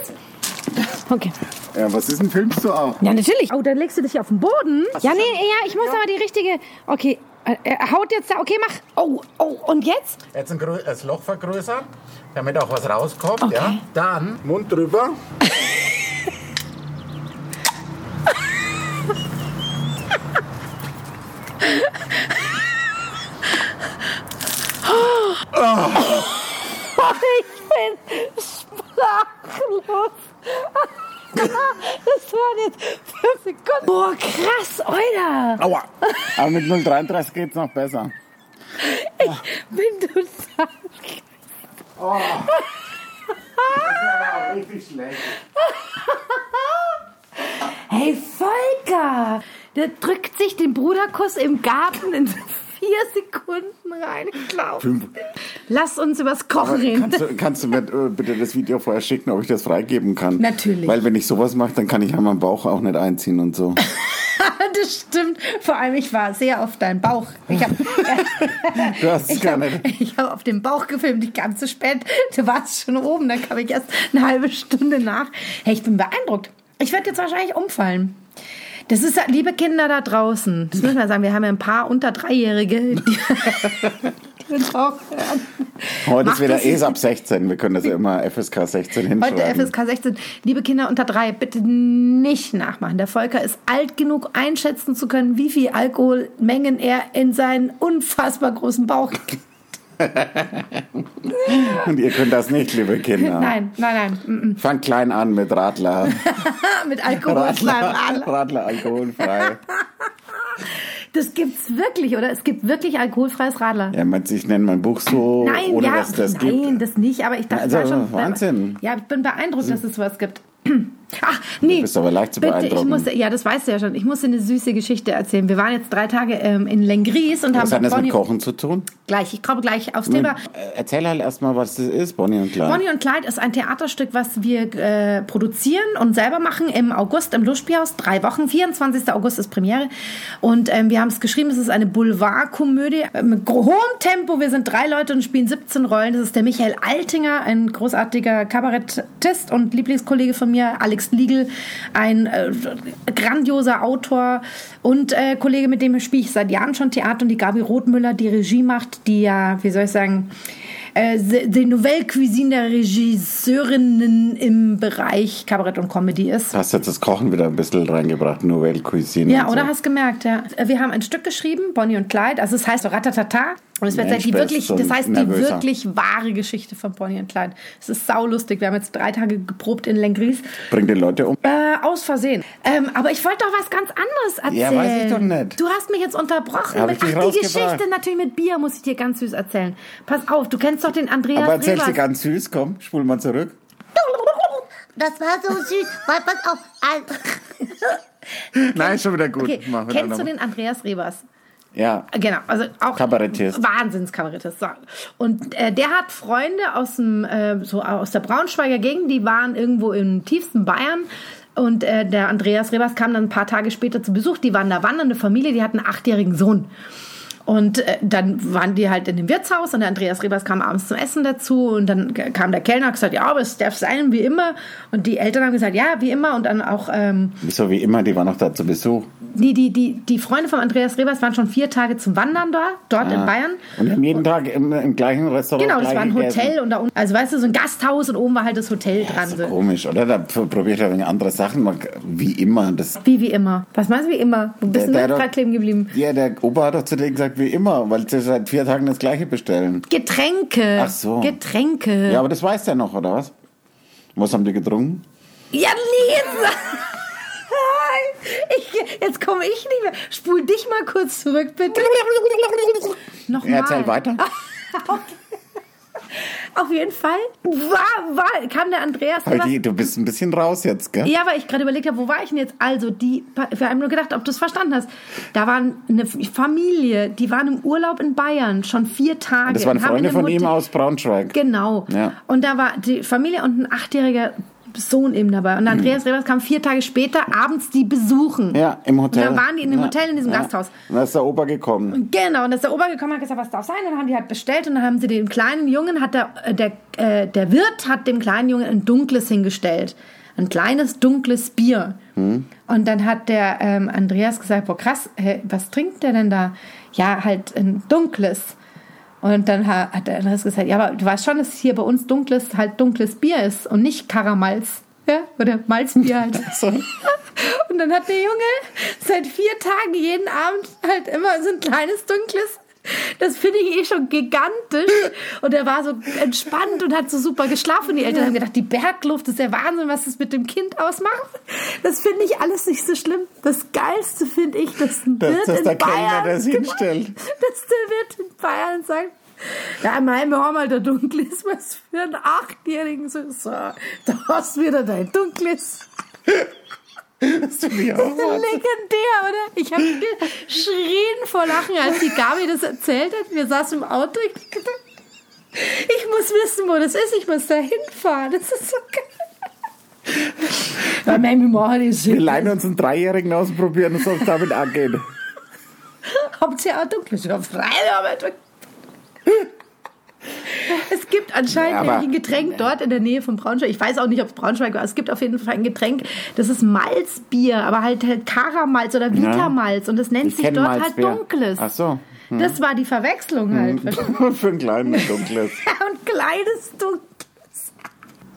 Okay. Ja, was ist denn, filmst du auch? Ja, natürlich. Oh, dann legst du dich auf den Boden. ja, nee, ja, ich muss aber die richtige. Okay, äh, äh, haut jetzt da. Okay, mach. Oh, oh, und jetzt? Jetzt ein, grö- das Loch vergrößern, damit auch was rauskommt. Okay. Ja. Dann Mund drüber. Oh, Ich bin sprachlos. Das waren jetzt fünf Sekunden. Boah, krass, Alter. Aua. Aber mit 033 geht's noch besser. Bin du da? Richtig schlecht. Hey, Volker. Der drückt sich den Bruderkuss im Garten ins vier Sekunden reingelaufen. Fünf. Lass uns übers Kochen reden. Kannst du, kannst du mir äh, bitte das Video vorher schicken, ob ich das freigeben kann? Natürlich. Weil wenn ich sowas mache, dann kann ich ja meinen Bauch auch nicht einziehen und so. das stimmt. Vor allem, ich war sehr auf deinen Bauch. Ich habe Du hast es ich gar hab, nicht. ich hab auf den Bauch gefilmt. Ich kam zu spät. Du warst schon oben. Dann kam ich erst eine halbe Stunde nach. Hey, ich bin beeindruckt. Ich werde jetzt wahrscheinlich umfallen. Das ist, ja- liebe Kinder da draußen, das müssen wir sagen, wir haben ja ein paar unter Dreijährige. Die mit Bauch hören. Heute Macht ist wieder das- ES ab 16. Wir können das ja immer FSK 16 hinschreiben. Heute FSK 16. Liebe Kinder unter drei, bitte nicht nachmachen. Der Volker ist alt genug, einschätzen zu können, wie viel Alkoholmengen er in seinen unfassbar großen Bauch. Und ihr könnt das nicht, liebe Kinder. Nein, nein, nein. Fang klein an mit Radler. mm, mm. Mit Alkohol. Radler, Radler. Radler alkoholfrei. Das gibt's wirklich, oder? Es gibt wirklich alkoholfreies Radler. Ja, meinst du, ich nenne mein Buch so, Nein, ohne ja, dass das nein, gibt? das nicht, aber ich dachte Also, war schon. Wahnsinn. Hm. Ja, ich bin beeindruckt, dass es sowas gibt. Ach, nee. bist aber leicht zu bitte, ich beeindrucken. musste, Ja, das weißt du ja schon. Ich musste eine süße Geschichte erzählen. Wir waren jetzt drei Tage ähm, in Lengries und haben Was hat das Bonnie- mit Kochen zu tun? gleich, ich komme gleich aufs Thema. Äh, Erzähl halt erstmal, was das ist, Bonnie und Clyde. Bonnie und Clyde ist ein Theaterstück, was wir äh, produzieren und selber machen im August im Lustspielhaus. Drei Wochen, 24. August ist Premiere. Und ähm, wir haben es geschrieben, es ist eine Boulevardkomödie äh, mit gro- hohem Tempo. Wir sind drei Leute und spielen 17 Rollen. Das ist der Michael Altinger, ein großartiger Kabarettist und Lieblingskollege von mir. Alex Liegel, ein äh, grandioser Autor und äh, Kollege, mit dem spiele ich seit Jahren schon Theater. Und die Gabi Rothmüller, die Regie macht, die ja, wie soll ich sagen, äh, die Nouvelle Cuisine der Regisseurinnen im Bereich Kabarett und Comedy ist. Du hast jetzt das Kochen wieder ein bisschen reingebracht, Nouvelle Cuisine. Ja, und oder So. hast gemerkt, ja. Äh, Wir haben ein Stück geschrieben, Bonnie und Clyde, also es heißt so Ratatata. Und es wird Mensch, halt die wer ist wirklich, so das heißt die nervöser? wirklich wahre Geschichte von Bonnie und Clyde. Es ist saulustig. Wir haben jetzt drei Tage geprobt in Lengries. Bring die Leute um. Äh, aus Versehen. Ähm, aber ich wollte doch was ganz anderes erzählen. Ja, weiß ich doch nicht. Du hast mich jetzt unterbrochen. Hab mit, ich dich ach, die rausgebracht. Geschichte natürlich mit Bier muss ich dir ganz süß erzählen. Pass auf, du kennst doch den Andreas Aber erzähl sie Rehberg. ganz süß, komm, spul mal zurück. Das war so süß. Weil, pass auf. Also, Nein, schon wieder gut. Okay, Mach wieder kennst du nochmal. den Andreas Rebers? Ja. Genau, also auch Kabarettist. Wahnsinnskabarettist. So. Und äh, der hat Freunde aus dem äh, so aus der Braunschweiger Gegend, die waren irgendwo im tiefsten Bayern. Und äh, der Andreas Rebers kam dann ein paar Tage später zu Besuch. Die waren da wandernde Familie, die hatten einen achtjährigen Sohn. Und äh, dann waren die halt in dem Wirtshaus und der Andreas Rebers kam abends zum Essen dazu und dann k- kam der Kellner und hat gesagt, ja, aber es darf sein, wie immer. Und die Eltern haben gesagt, ja, wie immer. Und dann auch ähm, Wieso wie immer, die war noch da zu Besuch. die, die, die, die Freunde von Andreas Rebers waren schon vier Tage zum Wandern da, dort in Bayern. Ah. Und haben jeden Tag im, im gleichen Restaurant. Genau, das gleich war ein gegessen. Hotel und da unten, also weißt du, so ein Gasthaus und oben war halt das Hotel dran. So so. komisch, oder? Da probiere ich ein wenig andere Sachen. Man- Wie immer. Das, Wie wie immer. Was meinst du wie immer? Du bist Der- nur der- gerade kleben geblieben. ja, der Opa hat doch zu denen gesagt, wie immer, weil sie seit vier Tagen das Gleiche bestellen. Getränke. Ach so. Getränke. Ja, aber das weiß der noch, oder was? Was haben die getrunken? Ja, nee, jetzt. Ich, jetzt komme ich nicht mehr. Spul dich mal kurz zurück, bitte. Nochmal. Ja, erzähl weiter. Auf jeden Fall war, war, kam der Andreas Aber Rebers- die, du bist ein bisschen raus jetzt, gell? Ja, weil ich gerade überlegt habe, wo war ich denn jetzt? Also, die, wir haben nur gedacht, ob du es verstanden hast. Da war eine Familie, die waren im Urlaub in Bayern, schon vier Tage. Das waren und haben Freunde in einem von ihm Hotel- aus Braunschweig. Genau. Ja. Und da war die Familie und ein achtjähriger Sohn eben dabei. Und Andreas Rebers kam vier Tage später abends die besuchen. Mhm. Ja, im Hotel. Und dann waren die in dem Ja, Hotel, in diesem ja. Gasthaus. Und da ist der Opa gekommen. Genau, und ist der Ober gekommen und hat gesagt, was darf sein? Und dann haben die halt bestellt und dann haben sie den kleinen Jungen, hat der, äh, der, äh, der Wirt hat dem kleinen Jungen ein dunkles hingestellt. Ein kleines, dunkles Bier. Und dann hat der ähm, Andreas gesagt, boah krass, hä, was trinkt der denn da? Ja, halt ein dunkles. Und dann ha- hat der Andreas gesagt, ja, aber du weißt schon, dass hier bei uns dunkles, halt dunkles Bier ist und nicht Karamals. Ja, oder Malzbier halt. So. Und dann hat der Junge seit vier Tagen jeden Abend halt immer so ein kleines dunkles. Das finde ich eh schon gigantisch. Und er war so entspannt und hat so super geschlafen. Und die Eltern haben gedacht, die Bergluft ist der Wahnsinn, was das mit dem Kind ausmacht. Das finde ich alles nicht so schlimm. Das Geilste finde ich, dass ein Dass Wirt das in der Kellner Bayern, das hinstellt. dass der Wirt in Bayern sagt, ja, mein, wir haben halt ein dunkles, was für einen Achtjährigen so, so, da hast du wieder dein dunkles. Das finde ich auch Das ist Wahnsinn. legendär, oder? Ich habe geschrien vor Lachen, als die Gabi das erzählt hat. Wir saßen im Auto. Ich, dachte, ich muss wissen, wo das ist. Ich muss da hinfahren. Das ist so geil. Weil mein Memoir ist Wir leihen uns einen Dreijährigen aus und probieren uns, ob es damit angeht. Hauptsache auch dunkel. Ich war frei, aber dunkel. Es gibt Ja, anscheinend aber- ein Getränk dort in der Nähe von Braunschweig. Ich weiß auch nicht, ob es Braunschweig war. Es gibt auf jeden Fall ein Getränk, das ist Malzbier, aber halt, halt Karamalz oder Vitamalz. Und das nennt Ich sich kenne dort Malzbier. halt Dunkles. Ach so. Hm. Das war die Verwechslung halt. Für einen kleinen Dunkles. Und kleines Dunkel.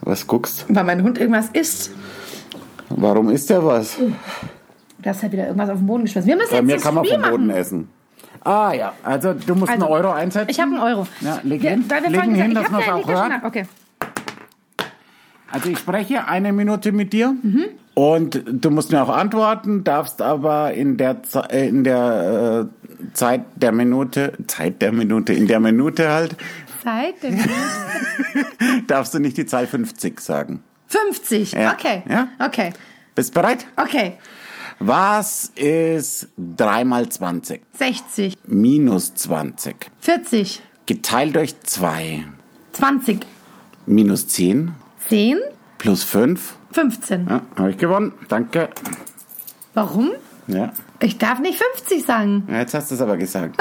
Was guckst? Weil mein Hund irgendwas isst. Warum isst der was? Da ist halt wieder irgendwas auf den Boden geschmissen. Wir müssen Bei jetzt mir das kann man Spiel vom Boden machen. essen. Ah ja, also du musst Also, einen Euro einsetzen. Ich habe einen Euro. Ja, leg Wir- hin. da wir Leg vorhin ihn hin, gesagt- dass ich hab man's auch da- ich hab hört. schon- Okay. Also ich spreche eine Minute mit dir Mhm. und du musst mir auch antworten, darfst aber in der, Ze- äh, in der äh, Zeit der Minute, Zeit der Minute, in der Minute halt, Zeit. denn- darfst du nicht die Zahl 50 sagen. 50. Ja. Okay. Ja. Okay. Bist bereit? Okay. Was ist 3 mal 20? 60. Minus 20. 40. Geteilt durch 2. 20. Minus 10. 10. Plus 5. 15. Ja, habe ich gewonnen. Danke. Warum? Ja. Ich darf nicht 50 sagen. Ja, Jetzt hast du es aber gesagt.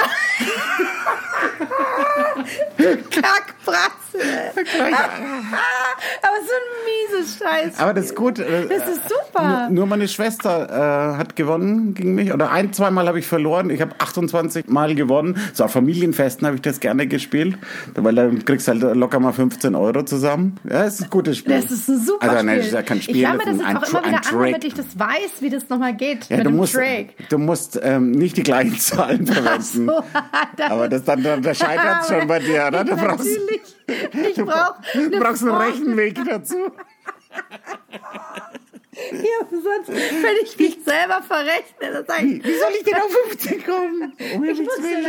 Kackbratze. Aber so ein mieses Scheiß. Aber das ist gut. äh, Das ist super. Nur, nur meine Schwester äh, hat gewonnen gegen mich. Oder ein, zweimal habe ich verloren. Ich habe 28 Mal gewonnen. So auf Familienfesten habe ich das gerne gespielt. Weil dann kriegst du halt locker mal 15 Euro zusammen. Ja, das ist ein gutes Spiel. Das ist ein super also, Spiel. Also nein, kein Spiel. ich lerne mir ist das jetzt ein, auch ein, immer wieder ein an, damit Trick. ich das weiß, wie das nochmal geht. ja, mit du dem musst, Trick. du musst ähm, nicht die gleichen Zahlen verwenden. So, das Aber das, dann, dann das scheitert schon bei dir, oder? Du brauchst, Natürlich. Ich du brauche eine brauchst einen Formel. Rechenweg dazu. Ja, sonst, wenn ich mich selber verrechne, dann sage ich, Wie soll ich denn auf 50 kommen? Um ich muss Himmels Willen.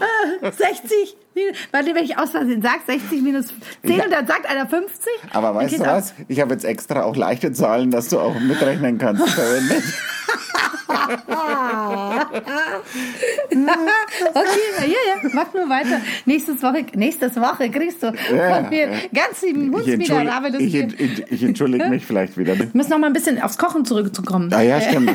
ja dahin. Äh, 60, minus- warte, wenn ich aus Versehen sage, 60 minus 10 Ja. und dann sagt einer 50. Aber dann weißt du geht's auch. was? Ich habe jetzt extra auch leichte Zahlen, dass du auch mitrechnen kannst. verwendet. okay, ja, ja, mach nur weiter. Nächstes Woche, nächstes Woche kriegst du Ja, von mir ganz lieben Hund ich, wieder. entschuldige, Rabe, das ich, Bier. ent- ent- ich entschuldige mich vielleicht wieder. Wir müssen noch mal ein bisschen aufs Kochen zurückzukommen. Ah, Ah ja, stimmt.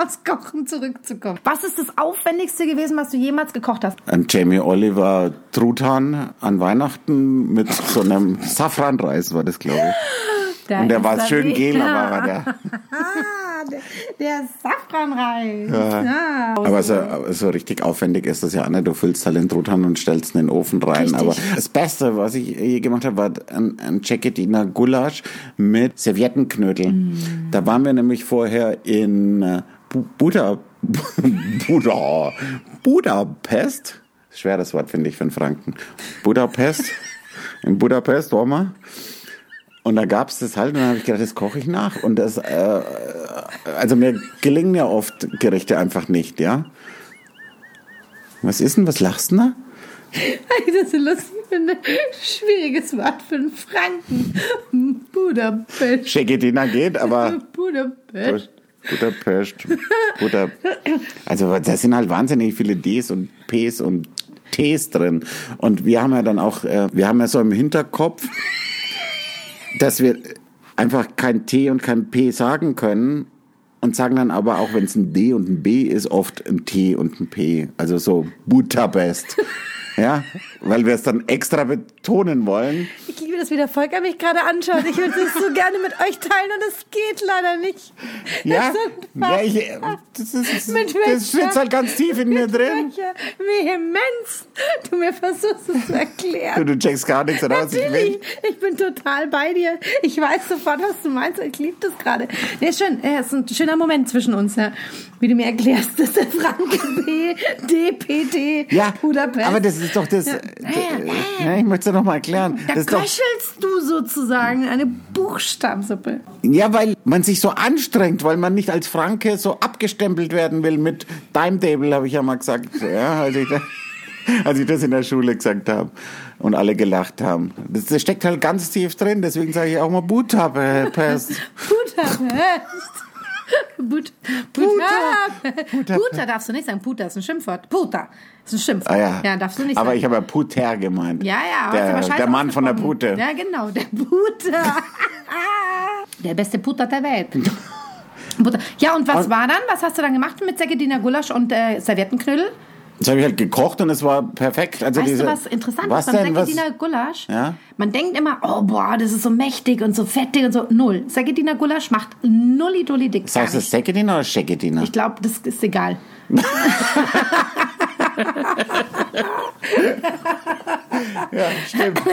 aufs Kochen zurückzukommen. Was ist das Aufwendigste gewesen, was du jemals gekocht hast? Ein Jamie Oliver Truthahn an Weihnachten mit so einem Safranreis war das, glaube ich. Und der ist war das schön nicht- gel, war der. Ah, der, der Safranreis. Ja. Aber so, aber so richtig aufwendig ist das ja auch nicht. Du füllst halt den Truthahn und stellst ihn in den Ofen rein. Richtig. Aber das Beste, was ich je gemacht habe, war ein, ein Cecchettiner Gulasch mit Serviettenknödel. Da waren wir nämlich vorher in äh, Bu- Buda, Buda, Budapest. Schweres Wort, finde ich, für einen Franken. Budapest. In Budapest waren wir. Und da gab es das halt und dann habe ich gedacht, das koche ich nach. Und das, äh, also mir gelingen ja oft Gerichte einfach nicht, ja. Was ist denn, was lachst du denn da? Weil ich das so lustig finde. Schwieriges Wort für einen Franken. Budapest. Schegetina geht, aber Budapest. Budapest, Buda. Also da sind halt wahnsinnig viele Ds und Ps und Ts drin. Und wir haben ja dann auch, äh, wir haben ja so im Hinterkopf, dass wir einfach kein T und kein P sagen können und sagen dann aber auch, wenn es ein D und ein B ist, oft ein T und ein P. Also so Budapest. ja, weil wir es dann extra betonen wollen. Ich liebe das, wie der Volker mich gerade anschaut. Ich würde das so gerne mit euch teilen und es geht leider nicht. Ja, Das ist ein ja Fass. ich, das, ist, Mit das welcher- sitzt halt ganz tief in mir mit drin. welcher Vehemenz du mir versuchst es zu Du, erklären. du checkst gar nichts raus. Ich Natürlich, will. ich bin total bei dir. Ich weiß sofort, was du meinst. Ich liebe das gerade. Nee, ist schön. Ja, ist ein schöner Moment zwischen uns, ja. wie du mir erklärst, dass der Franke B, D, P, D, Ja, Budapest. aber das ist doch das. Ja. äh, Ja, ich möchte es noch mal erklären. da Das ist doch, köchelst du sozusagen eine Buchstabensuppe. ja, weil man sich so anstrengt, weil man nicht als Franke so abgestempelt werden will mit Timetable, habe ich ja mal gesagt. Ja, als, ich da, als ich das in der Schule gesagt habe und alle gelacht haben. Das, das steckt äh, halt ganz tief drin, deswegen sage ich auch mal Budapest. Budapest. But, Puta. Puta. darfst du nicht sagen. Puta ist ein Schimpfwort. Puta ist ein Schimpfwort. Ah, ja. darfst du nicht aber sagen. ich habe ja Puter gemeint. ja, ja. hast aber Der, scheiße der Mann von der ausgesprochen. Pute. Ja, genau. Der Puta. der beste Puta der Welt. Puta. Ja, und was Und- war dann? Was hast du dann gemacht mit Sägediner Gulasch und äh, Serviettenknödel? Das habe ich halt gekocht und es war perfekt. Also Weißt diese, du, was interessant was ist beim denn, was, Saggediner Gulasch? Ja? Man denkt immer, oh boah, das ist so mächtig und so fettig und so. Null. Saggediner Gulasch macht nulli dulli dick. Sagst du gar nicht. Sägediner oder Schägediner? Ich glaube, das ist egal.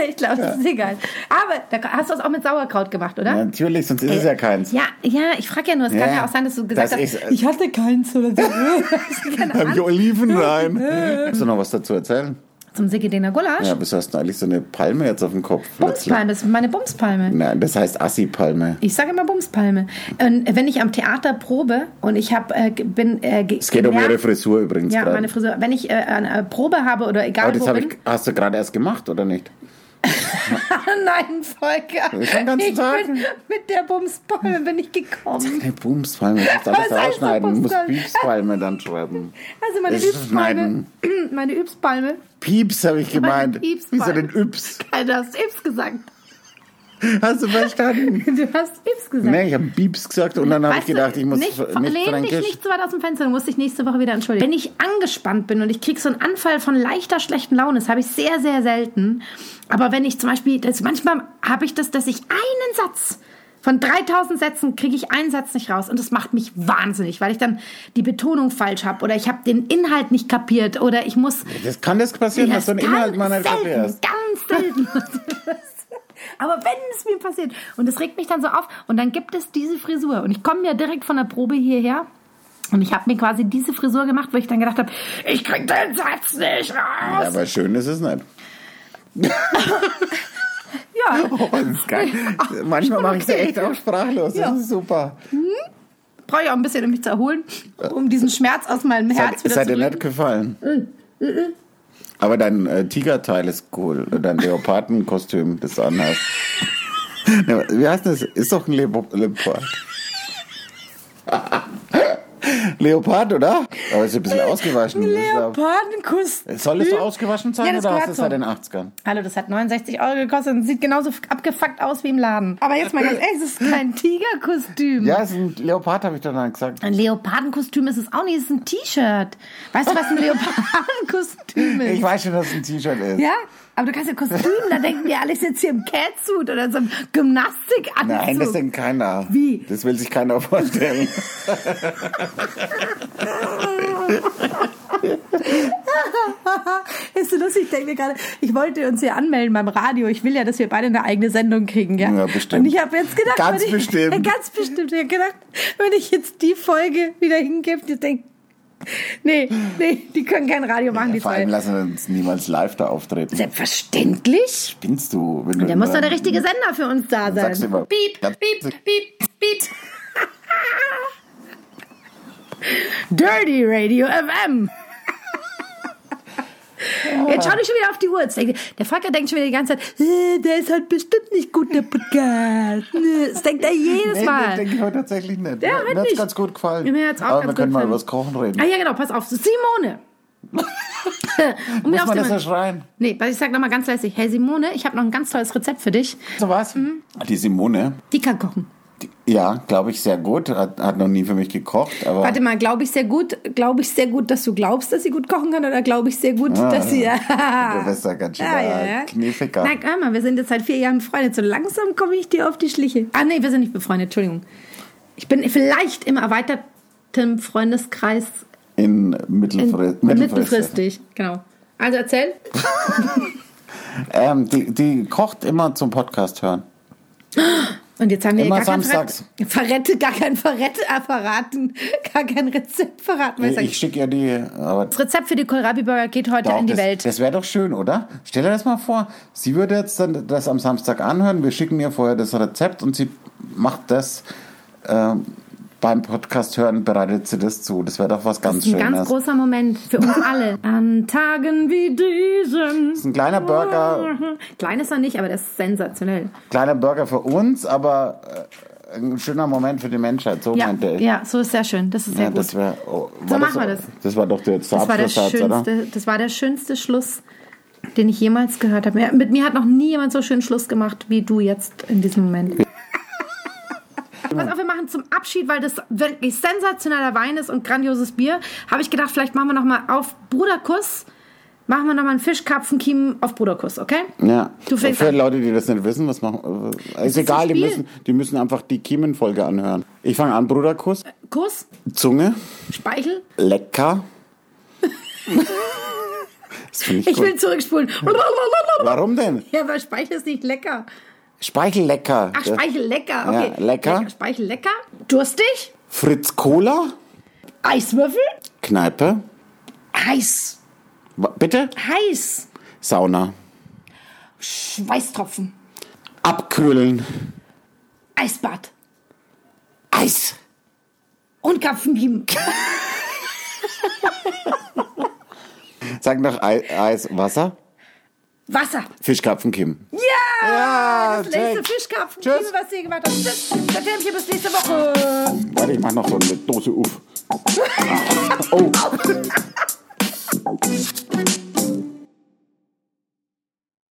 ich glaube, das ist egal. Aber da hast du es auch mit Sauerkraut gemacht, oder? Natürlich, sonst ist es Äh, ja keins. Ja, ja, ich frage ja nur, es Ja, kann ja ja. auch sein, dass du gesagt Das hast, ist- äh, ich hatte keins oder so. Keine Hab ich Ahnung. Oliven rein? Hast du noch was dazu erzählen? Zum Sigediner Gulasch. Ja, wieso hast du eigentlich so eine Palme jetzt auf dem Kopf? plötzlich? Bumspalme, das ist meine Bumspalme. Nein, das heißt Assi-Palme. Ich sage immer Bumspalme. Und wenn ich am Theater probe und ich hab, äh, ge- bin. Äh, Es geht um ihre Frisur übrigens Ja, gerade. meine Frisur. Wenn ich äh, eine Probe habe oder egal Aber das wo hab bin. ich, hast du gerade erst gemacht, oder nicht? Nein, Volker. ist den ganzen ich Tag. bin mit der Bumspalme bin ich gekommen. Eine Bumspalme, du musst alles Was heißt rausschneiden. Du musst Bumspalme? Piepspalme dann schreiben. Also meine Das Übspalme. Schneiden. Meine Übspalme. Pieps habe ich gemeint. Piepspalme. Wieso denn Üps? Du hast Ips gesagt. Hast du verstanden? Du hast Ips gesagt. nee, ich habe Pieps gesagt und dann habe ich Weißt du, gedacht, ich muss nicht, nicht, lehn dich fränkisch. nicht zu weit aus dem Fenster, du musst dich nächste Woche wieder entschuldigen. Wenn ich angespannt bin und ich kriege so einen Anfall von leichter, schlechten Laune, das habe ich sehr, sehr selten. Aber wenn ich zum Beispiel, das, manchmal habe ich das, dass ich einen Satz von 3000 Sätzen kriege ich einen Satz nicht raus und das macht mich wahnsinnig, weil ich dann die Betonung falsch habe oder ich habe den Inhalt nicht kapiert oder ich muss Das kann das passieren, dass du einen das Inhalt kann mal nicht selten, kapierst. Ganz selten. Aber wenn es mir passiert und es regt mich dann so auf und dann gibt es diese Frisur und ich komme ja direkt von der Probe hierher und ich habe mir quasi diese Frisur gemacht, wo ich dann gedacht habe, ich krieg den Satz nicht Ja, raus. aber schön ist es nicht. Ja, Oh, das ist geil. Manchmal mache ich sie okay. echt auch sprachlos. Ja. Das ist super. brauche ich auch ein bisschen, um mich zu erholen, um diesen Schmerz aus meinem Seid, Herz wieder Mm, seid zu dir bringen. nicht gefallen. Aber dein äh, Tigerteil ist cool. Dein Leopardenkostüm, das du anhast. Ne, Wie heißt das? Ist doch ein Lebo Leopard. Leopard, oder? Aber ist ein bisschen ausgewaschen. Das ist aber- Leopardenkuss. Soll es so ausgewaschen sein Ja, das oder gehört hast du es so. seit den 80ern? Hallo, das hat 69 Euro gekostet und sieht genauso abgefuckt aus wie im Laden. Aber jetzt mal ganz ehrlich, es ist kein Tigerkostüm. Ja, es ist ein Leopard, habe ich dann gesagt. Ein Leopardenkostüm ist es auch nicht, es ist ein T-Shirt. Weißt du, was ein Leopardenkostüm ist? Ich weiß schon, dass es ein T-Shirt ist. ja, aber du kannst ja Kostüm, da denken wir alle ich sitze hier im Catsuit oder in so einem Gymnastikanzug. Nein, das denkt keiner. Wie? Das will sich keiner vorstellen. ist so lustig, ich denke mir gerade, ich wollte uns hier anmelden beim Radio. Ich will ja, dass wir beide eine eigene Sendung kriegen, ja? Ja, bestimmt. Und ich habe jetzt gedacht, Ganz wenn ich, bestimmt. Ja, ganz bestimmt. Ich habe gedacht, wenn ich jetzt die Folge wieder hingebe, die denkt, nee, nee, die können kein Radio machen, die Vor allem zwei. lassen wir uns niemals live da auftreten. Selbstverständlich. Spinnst du? Wenn du Der muss immer- doch der richtige Sender für uns da sein. Sagst du immer. Piep, Ja. piep, piep, piep. Dirty Radio FM. Jetzt schau ich schon wieder auf die Uhr. Jetzt denke ich- Der Volker denkt schon wieder die ganze Zeit, äh, der ist halt bestimmt nicht gut, der Podcast. Nee, Das denkt er jedes Nee, Mal. das denke ich heute tatsächlich nicht. Ja, mir heute mir hat's nicht. ganz gut gefallen. Mir hat's auch Aber ganz wir gut können mal gefallen. über das Kochen reden. Ah ja, genau, pass auf. Simone. um Muss man das Thema- so schreien? Nee, was ich sag nochmal ganz leise. Hey Simone, ich habe noch ein ganz tolles Rezept für dich. So was? Mhm. Die Simone, Die kann kochen. die, ja, glaube ich sehr gut. Hat, hat noch nie für mich gekocht, aber Warte mal, glaube ich sehr gut, glaube ich sehr gut, dass du glaubst, dass sie gut kochen kann oder glaube ich sehr gut, dass sie... Ah, Ah, du bist ja ganz schön äh, kniffiger. Na, hör mal, wir sind jetzt seit vier Jahren befreundet. So langsam komme ich dir auf die Schliche. Ah, nee, wir sind nicht befreundet, Entschuldigung. Ich bin vielleicht im erweiterten Freundeskreis in in, Mittelfrist. mittelfristig. Genau. Also erzähl. Ähm, die, die kocht immer zum Podcast hören. Und jetzt haben wir Immer hier gar samstags. kein Verrette, gar kein Verrette äh, verraten, gar kein Rezept verraten. weil Ich, sag- ich schicke ihr die, aber das Rezept für die Kohlrabi-Burger geht heute Doch, in die das, Welt. Das wäre doch schön, oder? Stell dir das mal vor. Sie würde jetzt dann das am Samstag anhören. Wir schicken ihr vorher das Rezept und sie macht das ähm, beim Podcast hören, bereitet sie das zu. Das wäre doch was ganz Das ist ein Schönes. ganz großer Moment für uns alle. An Tagen wie diesen. ein kleiner Burger. Oh. Klein ist er nicht, aber der ist sensationell. Kleiner Burger für uns, aber äh, ein schöner Moment für die Menschheit, so Ja, meinte er. ja, so ist sehr schön. Das ist sehr Ja, gut. das wär, oh, So war machen wir das. das. Das war doch der jetzt der Das war, der Abschlusssatz, oder? schönste, das war der schönste Schluss, den ich jemals gehört habe. Ja, Mit mir hat noch nie jemand so schönen Schluss gemacht wie du jetzt in diesem Moment. Pass auf, wir machen zum Abschied, weil das wirklich sensationeller Wein ist und grandioses Bier. Habe ich gedacht, vielleicht machen wir nochmal auf Bruderkuss, machen wir nochmal einen Fischkarpfenkiem auf Bruderkuss, okay? Ja. Du fängst Für an. Leute, die das nicht wissen, was machen. äh, Ist ist ein egal, die Spiel. müssen, die müssen einfach die Kiemenfolge anhören. Ich fange an, Bruderkuss. Kuss, Zunge, Speichel. lecker. das finde ich, Ich gut. will zurückspulen. Warum denn? Ja, weil Speichel ist nicht lecker. Speichel lecker. Ach, Speichel lecker, Ja, okay. lecker. Speichel lecker. Durstig. Fritz Cola, Eiswürfel. Kneipe. Heiß. Wa- Bitte? Heiß. Sauna. Schweißtropfen. Abkühlen. Eisbad. Eis. Und Karpfenbieben. Sag noch Ei- Eis, Wasser. Wasser. Fischkarpfenkim. Ja! Ja, das nächste check. Fischkarpfen. Tschüss. Liebe, was ihr gemacht habt. Tschüss. Das Dämmchen bis nächste Woche. Warte, ich mach noch so eine Dose auf. Oh.